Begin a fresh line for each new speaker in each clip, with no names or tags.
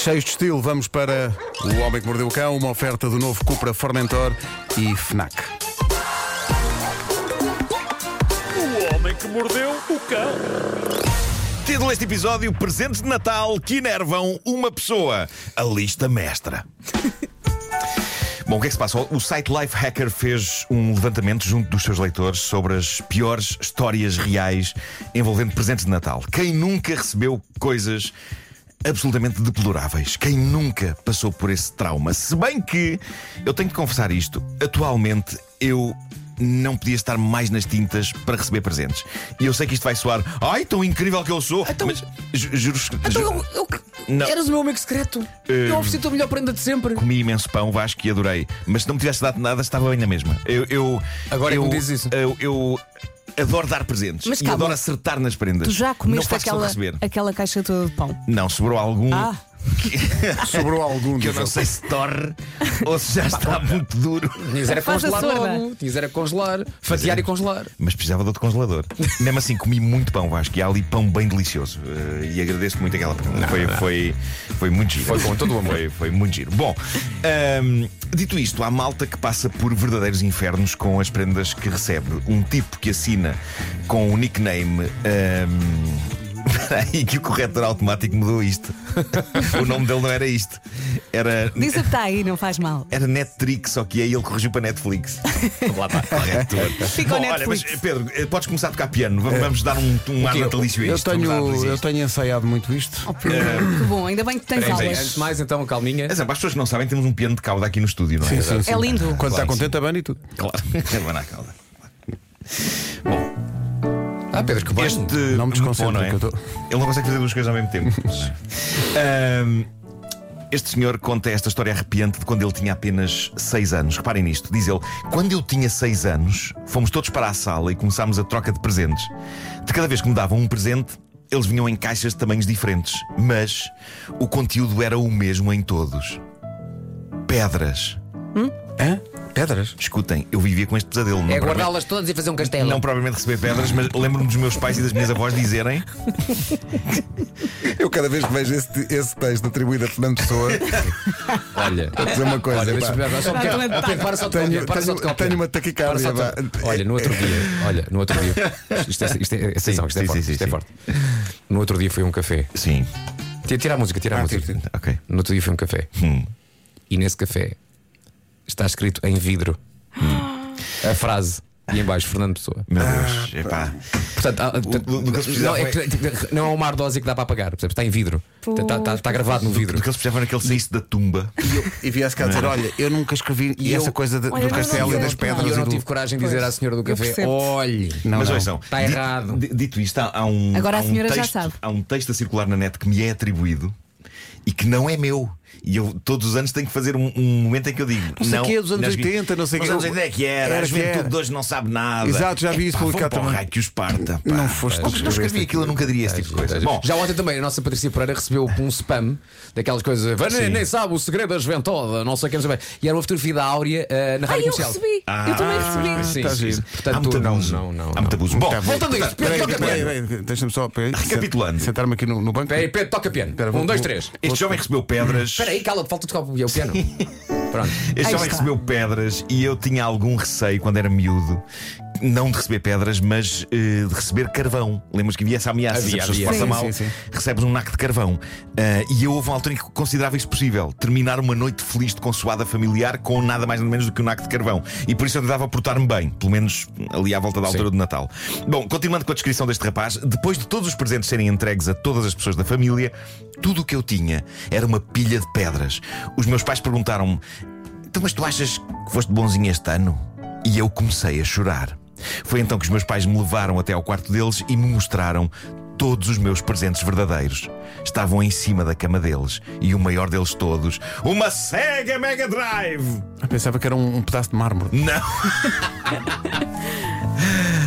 Cheios de estilo, vamos para O Homem que Mordeu o Cão, uma oferta do novo Cupra Formentor e Fnac.
O homem que mordeu o cão.
Título deste episódio: Presentes de Natal que enervam uma pessoa. A lista mestra. Bom, o que é que se passa? O site Lifehacker fez um levantamento junto dos seus leitores sobre as piores histórias reais envolvendo presentes de Natal. Quem nunca recebeu coisas absolutamente deploráveis? Quem nunca passou por esse trauma? Se bem que, eu tenho que confessar isto, atualmente eu não podia estar mais nas tintas para receber presentes. E eu sei que isto vai soar, ai, tão incrível que eu sou,
Então-
mas ju- juro
Então
ju-
eu. eu-
Não.
Eras o meu amigo secreto.
Eh,
Eu ofereci-te a melhor prenda de sempre.
comi imenso pão, Vasco, e adorei. Mas se não me tivesse dado nada, estava bem na mesma. Eu, eu-
Agora é que
eu,
me diz isso.
Eu, eu adoro dar presentes
Mas
e
calma.
adoro acertar nas prendas.
Tu já
não
comeste
faço questão
aquela,
de receber.
aquela caixa toda de pão?
Não, sobrou algum
Ah,
Sobrou algum
que eu
dos
não sei se torre ou se já está muito duro.
Tinhas era
Faz a
congelar
sopa.
logo. Tinhas era congelar, fatiar e congelar.
Mas precisava de outro congelador. Mesmo assim, comi muito pão, Vasco, e há ali pão bem delicioso. Eh, e agradeço muito aquela pergunta. foi, Foi, foi muito giro. Foi com todo o amor. Foi, muito giro. Bom, ahm, dito isto, há malta que passa por verdadeiros infernos com as prendas que recebe. Um tipo que assina com o nickname. ahm, E que o corretor automático mudou isto. o nome dele não era isto. Era
diz o que está aí, não faz mal.
era Netflix, só que aí ele corrigiu para Netflix. Lá está, correto.
Fica
Bom,
o
olha, mas
Netflix.
Pedro, eh, podes começar a tocar piano. Vamos, vamos dar um, um ar natalício a
É. eu
isto. Vamos dar
tenho,
natalício a
eu
isto.
tenho ensaiado muito isto.
Oh, Pedro, que bom, ainda bem que tens
Bem, bem.
aulas.
Antes de mais, então, calminha.
É sempre, Para as pessoas que não sabem, temos um piano de cauda aqui no estúdio, não é?
É lindo.
Quando está
Claro,
contente, a banda e tudo.
Claro. É bom na cauda. Bom,
Ah, Pedro, que bom.
este.
Não me desconcentre,
bom, não é?
que eu tô-
Ele não consegue fazer duas coisas ao mesmo tempo. Ahm, Este senhor conta esta história arrepiante de quando ele tinha apenas 6 anos. Reparem nisto. Diz ele: Quando eu tinha 6 anos, fomos todos para a sala e começámos a troca de presentes. De cada vez que me davam um presente, eles vinham em caixas de tamanhos diferentes, mas o conteúdo era o mesmo em todos: pedras.
Pedras?
Escutem, eu vivia com este pesadelo. não
É
provavelmente-
guardá-las todas e fazer um castelo.
Não provavelmente receber pedras, mas lembro-me dos meus pais e das minhas avós dizerem
Eu cada vez que vejo esse, esse texto atribuído a Fernando Pessoa,
Olha,
dizer uma coisa,
Olha,
pá.
deixa-me- só um bocadinho.
Tenho-
Ó, Pedro, para só de
tenho-
copiar, para só de
tenho-
copiar.
tenho uma taquicardia,
Para só de-
vá.
Olha, no outro dia, olha, no outro dia. Isto é, isto é, atenção, isto é
sim,
forte.
sim,
isto é
sim.
forte. No outro dia fui a um café.
Sim,
Tira, tira a música, tira a música.
ok. Hum,
No outro dia fui a um café. E nesse café está escrito em vidro a frase e em baixo Fernando Pessoa.
Meu Deus, epá.
Portanto, há- portanto,
do- do que eles
não,
precisavam
é, que- não é uma ardósia que dá para apagar, percebes? Está em vidro. Está, está- está gravado no vidro.
Do que eles precisavam era que ele saísse da tumba.
E, eu- e viesse cá dizer: Olha, eu nunca escrevi e
eu-
essa coisa de-
Olha,
do
eu não
castelo e
sei
das
o que é.
pedras.
E eu não
e do-
tive coragem de dizer à senhora do café:
percebo-te.
olhe.
Não,
Mas
não.
ouçam,
Está
di-
errado.
di- Dito isto, há- há um.
Tá Agora a
há um
senhora já
texto,
sabe.
Há um texto a circular na net que me é atribuído e que não é meu. E eu todos os anos tenho que fazer um, um momento em que eu digo. Não
sei quê, dos anos
nas vi-
80, não sei
Nos
quê.
anos 80 é que era,
Era
a
que era.
juventude de hoje não sabe nada.
Exato, já vi isso
Epá, vou
publicado
para o
também.
raio que os parta. pá.
Não foste
Como se não escrevi aquilo, eu nunca diria esse tipo de coisa. Bom,
Já ontem também a nossa Patrícia Pereira recebeu um spam daquelas coisas. "Vá, Nem, nem sabe o segredo da juventude, não sei o que. não sei bem. E era uma fotografia da Áurea eh, na
Ah,
rádio
eu
comercial.
recebi.
Ah,
eu também recebi.
Sim,
Tá
sim,
giro.
sim.
há muito
Portanto, não,
abuso.
não, não.
Há muito abuso. Bom,
Voltando a isto, Pedro,
Peraí,
toca
peraí,
piano.
peraí, Deixa-me só. peraí,
Recapitulando.
Sentar-me aqui no, no banco.
Peraí, Pedro, toca piano.
Espera, vou-
um, dois,
vou-
três.
este jovem recebeu pedras.
Espera aí, cala-te, falta tocar o piano. Pronto.
Este
Aí
homem
está.
recebeu pedras e eu tinha algum receio quando era miúdo. Não de receber pedras, mas eh, de receber carvão. Lembras que havia essa ameaça?
Havia,
se a pessoa se
havia.
passa
Sim,
mal,
sim, sim.
recebes um naco de carvão. Ah, e eu houve uma altura em que considerava isso possível. Terminar uma noite feliz de consoada familiar com nada mais nem menos do que um naco de carvão. E por isso eu tentava portar-me bem, pelo menos ali à volta da altura do Natal. Bom, continuando com a descrição deste rapaz, depois de todos os presentes serem entregues a todas as pessoas da família, tudo o que eu tinha era uma pilha de pedras. Os meus pais perguntaram-me: então, mas tu achas que foste bonzinho este ano? E eu comecei a chorar. Foi então que os meus pais me levaram até ao quarto deles e me mostraram todos os meus presentes verdadeiros. Estavam em cima da cama deles e o maior deles todos, uma Sega Mega Drive!
Ah, Pensava que era um, um pedaço de mármore.
Não!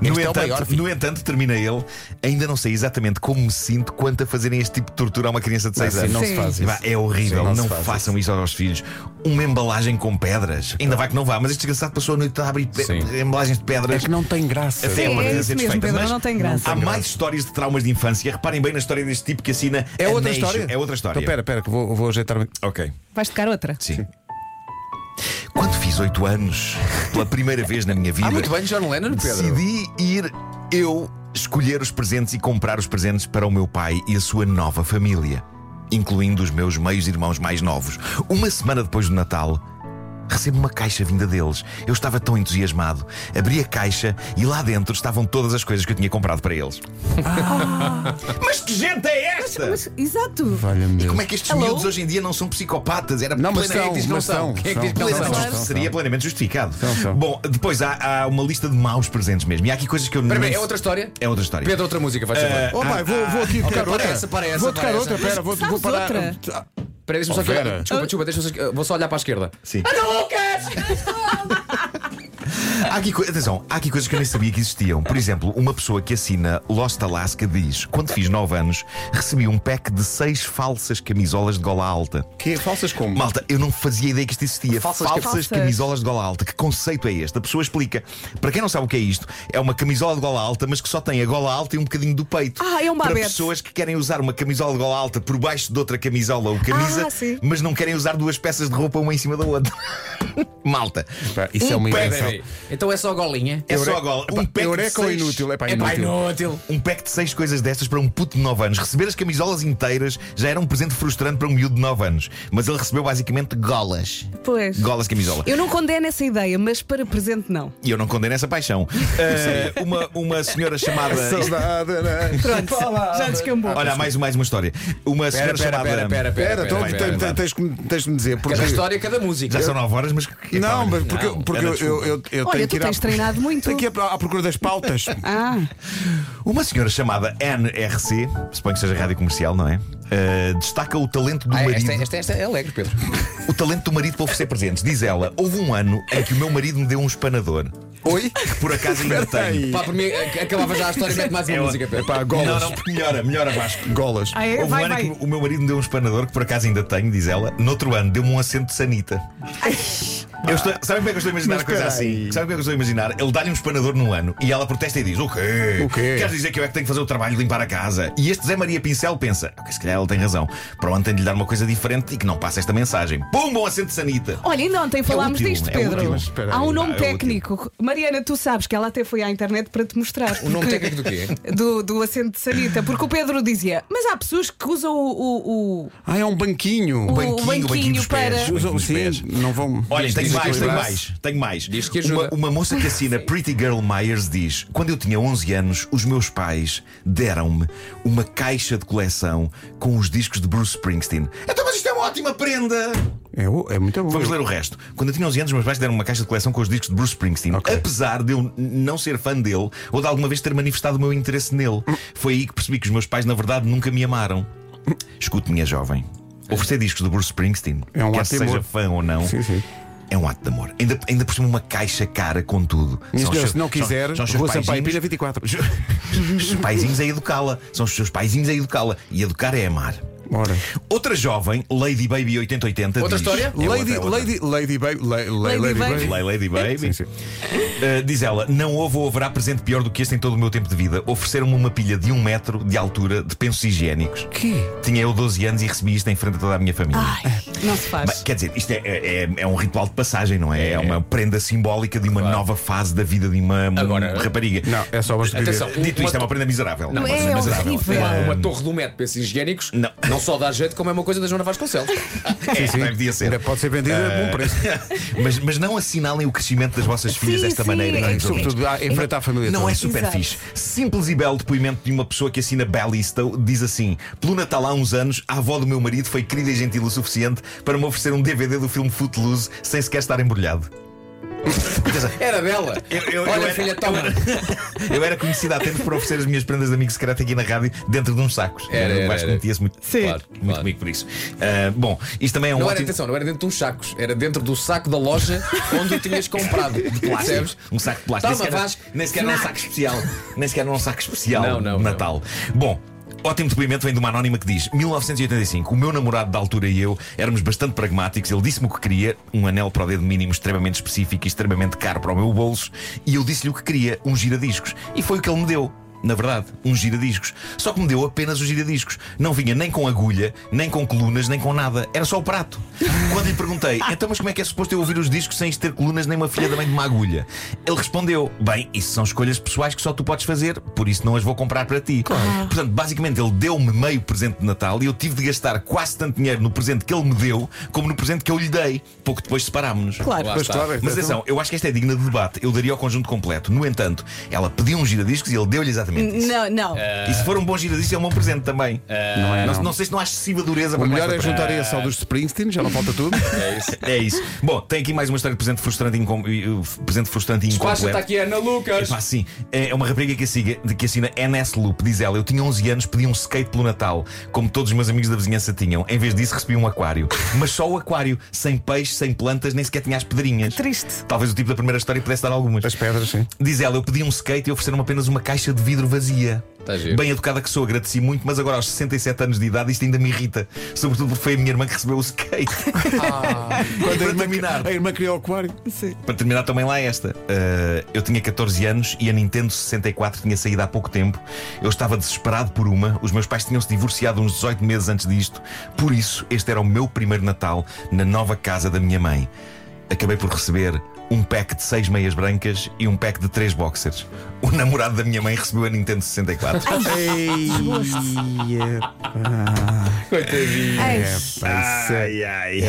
No
Este é o
entanto,
maior, filho.
no entanto, termina ele, ainda não sei exatamente como me sinto quanto a fazerem este tipo de tortura a uma criança de 6
Não, assim,
anos.
não se
Sim.
faz isso.
Pá, é horrível,
Sim, não
não,
se faz
façam isso. aos filhos. Uma embalagem com pedras. Ainda vai que não vá, mas este desgraçado passou a noite a abrir pe-
Sim.
embalagens de
É
pedras.
que não tem graça.
Até
Sim,
uma
é
coisa
isso
ser
mesmo,
desfeita,
Pedro,
mas
não tem graça.
Há mais histórias de traumas de infância. Reparem bem na história deste tipo que assina.
É outra
Anejo.
história?
É outra história.
Então, pera, pera, que vou, vou ajeitar-me.
Ok.
Vais tocar outra?
Sim. Quando fiz 8 anos, pela primeira vez na minha vida,
Ah, muito bem, John Lennon, Pedro.
decidi ir eu escolher os presentes e comprar os presentes para o meu pai e a sua nova família, incluindo os meus meios irmãos mais novos. Uma semana depois do Natal, recebo uma caixa vinda deles. Eu estava tão entusiasmado. Abri a caixa e lá dentro estavam todas as coisas que eu tinha comprado para eles. Mas que gente é esta?
Mas, exato.
Olha-me Deus.
Como é que estes
Hello?
miúdos hoje em dia não são psicopatas? Era
Não, mas
plena-
são,
quem é que diz que não
mas são,
são. Quem é que diz que
são,
não
são,
são?
são, são.
Seria plenamente justificado.
são.
Bom, depois há, há uma lista de maus presentes mesmo. E há aqui coisas que eu
Espera
não.
bem, é outra história? É.
É outra história.
Pedro, outra música, faz favor.
Oh, pai, vou, vou aqui tocar
para
outra.
essa, para essa,
vou tocar
para
outra,
essa.
pera, vou,
Sabes
vou parar.
outra?
Espera, deixa-me só
Oh,
aqui olhar.
Vera.
Desculpa, desculpa, deixa-me só aqui- Vou só olhar para a esquerda.
Sim. Há aqui, co- atenção, há aqui coisas que eu nem sabia que existiam. Por exemplo, uma pessoa que assina Lost Alaska diz: Quando fiz 9 anos, recebi um pack de 6 falsas camisolas de gola alta.
Que falsas como?
Malta, eu não fazia ideia que isto existia.
Falsas
Falsas,
camisolas.
camisolas de gola alta. Que conceito é este? A pessoa explica. Para quem não sabe o que é isto, é uma camisola de gola alta, mas que só tem a gola alta e um bocadinho do peito.
Ah, é um
Para
babete.
pessoas que querem usar uma camisola de gola alta por baixo de outra camisola ou camisa,
Ah, sim.
mas não querem usar duas peças de roupa uma em cima da outra. Malta. Um
Pá, isso é uma
pé,
invenção.
Espera aí. Então é só golinha?
É só a gola. Um
Epá,
pack de
Eureka ou
seis-
inútil? É pá,
É pá,
inútil.
inútil.
um pack de seis coisas destas para um puto de 9 anos. Receber as camisolas inteiras já era um presente frustrante para um miúdo de 9 anos. Mas ele recebeu basicamente golas.
Pois.
Golas de camisola.
Eu não condeno essa ideia, mas para presente não.
E eu não condeno essa paixão. Eh, uma, uma senhora chamada.
Eh, Saudade, né?
Pronto, já descambou.
Olha, há mais, mais uma história. Uma senhora
Espera, espera,
chamada.
espera, espera,
Pera,
espera.
então,
espera,
tem-
espera.
tem- tens que me- tens de me dizer. Porque...
Cada história, cada música.
Já são 9 horas, mas. é
Não, mas
Epá,
porque,
Não,
porque eu,
era
eu, eu, eu
Olha,
tenho que
tu
ir à-
tens treinado muito.
Tenho que ir à à procura das pautas.
Ah,
Uma senhora chamada NRC, suponho que seja rádio comercial, não é? Eh, destaca o talento do
Ah,
marido.
esta, esta- esta é alegre, Pedro.
O talento do marido para oferecer presentes. Diz ela: houve um ano em que o meu marido me deu um espanador.
Oi?
Que por acaso ainda tenho.
Pá, por mim, ac- acabava já a história e mete mais uma
É,
música, Pedro.
Pá, golas.
Não, não, porque melhora, melhora Vasco.
Golas.
Ah, é?
Houve
vai,
um ano
vai.
em que o meu marido me deu um espanador que por acaso ainda tenho, diz ela. No outro ano deu-me um assento de sanita. Eu estou, sabem como é que eu estou a imaginar
Mas
a coisa
espera aí.
assim? Sabem como é que eu estou a imaginar? Ele dá-lhe um espanador num ano e ela protesta e diz: O quê?
O quê?
Quer dizer que eu é que tenho que fazer o trabalho de limpar a casa? E este Zé Maria Pincel pensa: Ok, se calhar ele tem razão. Para ontem lhe dar uma coisa diferente e que não passa esta mensagem. Pum, bom assento de sanita.
olha, ainda ontem falámos
útil,
disto,
é
Pedro.
útil, mas
espera
Há
aí,
um
pá,
nome
é
técnico. Mariana, tu sabes que ela até foi à internet para te mostrar.
O nome
porque-
técnico do quê?
Do, do assento de sanita, porque o Pedro dizia: Mas há pessoas que usam o- o- o,
Ah, é um banquinho.
O
banquinho,
banquinho
banquinho dos
para-
pés.
Usam-
banquinho dos pés.
Sim, não vão.
Olha, tenho
diz
mais,
que
tenho
ajuda.
mais, tenho mais.
Diz que ajuda.
Uma, uma moça que assina Pretty Girl Myers diz: Quando eu tinha 11 anos, os meus pais deram-me uma caixa de coleção com os discos de Bruce Springsteen. Então, mas isto é uma ótima prenda!
É, o- é muito bom.
Vamos ler o resto. Quando eu tinha 11 anos, meus pais deram uma caixa de coleção com os discos de Bruce Springsteen.
Ok.
Apesar de eu n- não ser fã dele ou de alguma vez ter manifestado o meu interesse nele, foi aí que percebi que os meus pais, na verdade, nunca me amaram. Escute, minha jovem, oferecer discos de Bruce Springsteen,
É um
quer
ato de
seja
amor.
fã ou não,
Sim, sim.
é um ato de amor. Ainda, ainda por cima, uma caixa cara com tudo.
Minha
São
senhora,
os seus-
se não
são-
quiser,
são os seus
Rua Sampaio
um paizinhos-
Pina 24.
os seus paizinhos a educá-la. São os seus paizinhos a educá-la. E educar é amar.
Ora.
Outra jovem, Lady Baby 8080.
Outra
diz-
história?
É outra,
Lady,
é outra.
Lady, Lady Baby. la- la-
Lady
Lady
Baby.
Baby.
Lay Lady Baby.
Sim, sim.
Uh, diz ela: Não houve ou haverá presente pior do que este em todo o meu tempo de vida. Ofereceram-me uma pilha de um metro de altura de pensos higiênicos.
Que?
Tinha eu 12 anos e recebi isto em frente a toda a minha família.
Ai, não se faz.
Mas, quer dizer, isto é, é- é um ritual de passagem, não é? É, uma prenda simbólica de uma nova fase da vida de uma uma
Agora-
rapariga.
Não, é só basta
Atenção.
dizer.
Dito isto, é uma prenda miserável.
Não,
uma
é
prenda miserável.
horrível.
Uma, uma torre do metro, pensos higiênicos, não.
Não.
só dá jeito, como é uma coisa da Joana Vasconcelos.
É, também podia ser.
Ainda pode ser vendida a
Ah,
bom preço.
mas, mas não assinalem o crescimento das vossas filhas
Sim,
desta
sim,
maneira.
é
queridos
que
ouvintes.
Sobretudo, ah, enfrentar a família
Não
toda.
é super
Exato.
fixe. Simples e belo depoimento de uma pessoa que assina Ballisto diz assim: Pelo Natal há uns anos, a avó do meu marido foi querida e gentil o suficiente para me oferecer um DVD do filme Footloose sem sequer estar embrulhado. Atenção,
Era bela.
Eu- eu-
Olha,
eu era-
filha, toma.
Eu era conhecido há tempos por oferecer as minhas prendas de amigo secreto aqui na rádio dentro de uns sacos.
Era, era,
o Vasco
era.
metia-se muito,
Sim.
Claro,
muito
claro.
comigo por isso. Ah, bom, isto também é um
Não era
ótimo.
atenção, não era dentro de uns sacos, era dentro do saco da loja onde o tinhas comprado. Percebes?
Um saco de plástico.
Toma,
nem sequer,
Vasco.
era, nem sequer era um saco especial. Nem sequer era um saco especial.
Não, não,
Natal. Bom. Ótimo depoimento vem de uma anónima que diz 1985, o meu namorado da altura e eu éramos bastante pragmáticos, ele disse-me o que queria um anel para o dedo mínimo extremamente específico e extremamente caro para o meu bolso e eu disse-lhe o que queria, um giradiscos e foi o que ele me deu, na verdade, um giradiscos só que me deu apenas o giradiscos não vinha nem com agulha, nem com colunas nem com nada, era só o prato quando lhe perguntei, então mas como é que é suposto eu ouvir os discos sem isto ter colunas nem uma filha da mãe de uma agulha? Ele respondeu: Bem, isso são escolhas pessoais que só tu podes fazer, por isso não as vou comprar para ti. Ah. Portanto, basicamente, ele deu-me meio presente de Natal e eu tive de gastar quase tanto dinheiro no presente que ele me deu como no presente que eu lhe dei. Pouco depois separámos-nos.
Claro.
Lá
Mas então,
está.
claro,
Mas atenção, eu acho que esta é digna de debate. Eu daria ao conjunto completo. No entanto, ela pediu um giradiscos e ele deu-lhe exatamente isso.
Não, não.
E se for um bom giradiscos, é um bom presente também.
não é,
Não,
não.
não sei se não há excessiva dureza
O
para
melhor
esta
é
pessoa.
juntar esse ao dos Springsteen, já não falta tudo.
É isso. Bom, tem aqui mais uma história de presente frustrante e incom... e, uh, presente frustrante e
Despacha,
incompleto.
está tá aqui a Ana Lucas.
Epá, sim. É uma rapariga que assina, que assina NS Loop. Diz ela: Eu tinha 11 anos, pedi um skate pelo Natal, como todos os meus amigos da vizinhança tinham. Em vez disso, recebi um aquário. Mas só o aquário, sem peixe, sem plantas, nem sequer tinha as pedrinhas.
Triste.
Talvez o tipo da primeira história pudesse dar algumas.
As pedras, sim.
Diz ela: Eu pedi um skate e ofereceram apenas uma caixa de vidro vazia.
Tá giro.
Bem educada que sou, agradeci muito, mas agora aos 67 anos de idade isto ainda me irrita. Sobretudo porque foi a minha irmã que recebeu o skate.
Quando a
para
irmã,
terminar.
a irmã criou o aquário.
Sim.
Para terminar também lá esta. Uh, eu tinha 14 anos e a Nintendo 64 tinha saído há pouco tempo. Eu estava desesperado por uma. Os meus pais tinham se divorciado uns 18 meses antes disto. Por isso, este era o meu primeiro Natal na nova casa da minha mãe. Acabei por receber um pack de seis meias brancas e um pack de três boxers. O namorado da minha mãe recebeu a Nintendo 64.
Ei,
Coitadinho.
Ei,
pá, isso é-
ai.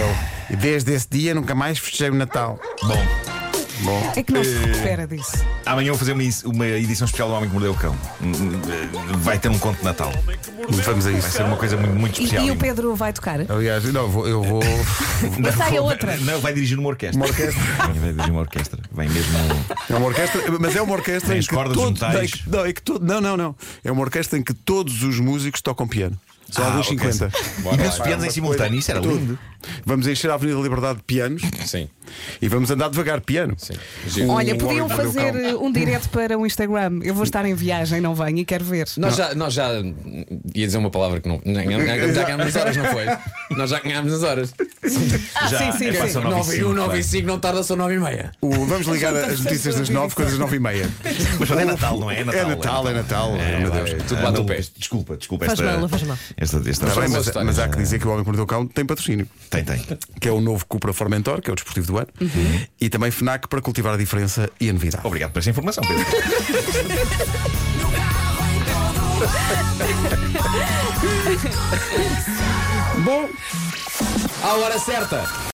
E Desde esse dia nunca mais festejei o Natal.
Bom,
é que não se recupera disso.
amanhã vou fazer uma uma edição especial do Homem que Mordeu o Cão. Hum, hum, Vai ter um conto de Natal.
homem que mordeu
Vamos a
o
isso.
Vai ser uma coisa muito, muito
E,
especial.
e o Pedro vai tocar?
Aliás, não, vou- eu vou.
Mas sai a "Ah, é outra.
Não, vai dirigir uma orquestra.
Uma orquestra.
Vai dirigir uma orquestra. Vem mesmo. um-
É uma orquestra, mas é uma orquestra
Tem
em
as
que
cordas
todo-
metais.
em que- não, é que todo- não, não, não. É uma orquestra em que todos os músicos tocam piano. Só
Ah,
alguns
ok.
50.
Imensos pianos em simultâneo. Isso era
Tudo.
lindo.
Vamos encher a Avenida da Liberdade de pianos
Sim.
e vamos andar devagar piano.
Sim. Giro.
O
Olha,
Homem
podiam
que Mordeu o Cão.
fazer eh, um direto para o Instagram. Eu vou estar em viagem, não venho e quero ver.
Nós já, nós já hum, ia dizer uma palavra que não. não, não, não, Já ganhámos as horas, não foi? Nós já ganhámos as horas.
Ah, sim, sim,
Epá,
sim.
são nove e
9 e
um,
cinco,
1, 9
claro.
e 5, não tarda, são 9 e meia.
O- vamos ligar as notícias das 9, coisas das 9 e meia.
Mas pronto, é Natal, não é? É Natal.
É Natal, é Natal. meu Deus.
é, tudo bate o pé.
Desculpa, desculpa.
Faz
esta,
mal, faz mal.
Esta, esta,
Está bem,
uma
mas,
história.
mas há que dizer que o Homem que Mordeu o Cão tem patrocínio,
Tem, tem.
que é o novo Cupra Formentor, que é o desportivo do ano,
Uhum.
e também FNAC para cultivar a diferença e a novidade.
Obrigado por esta informação, Pedro.
Bom,
À hora certa!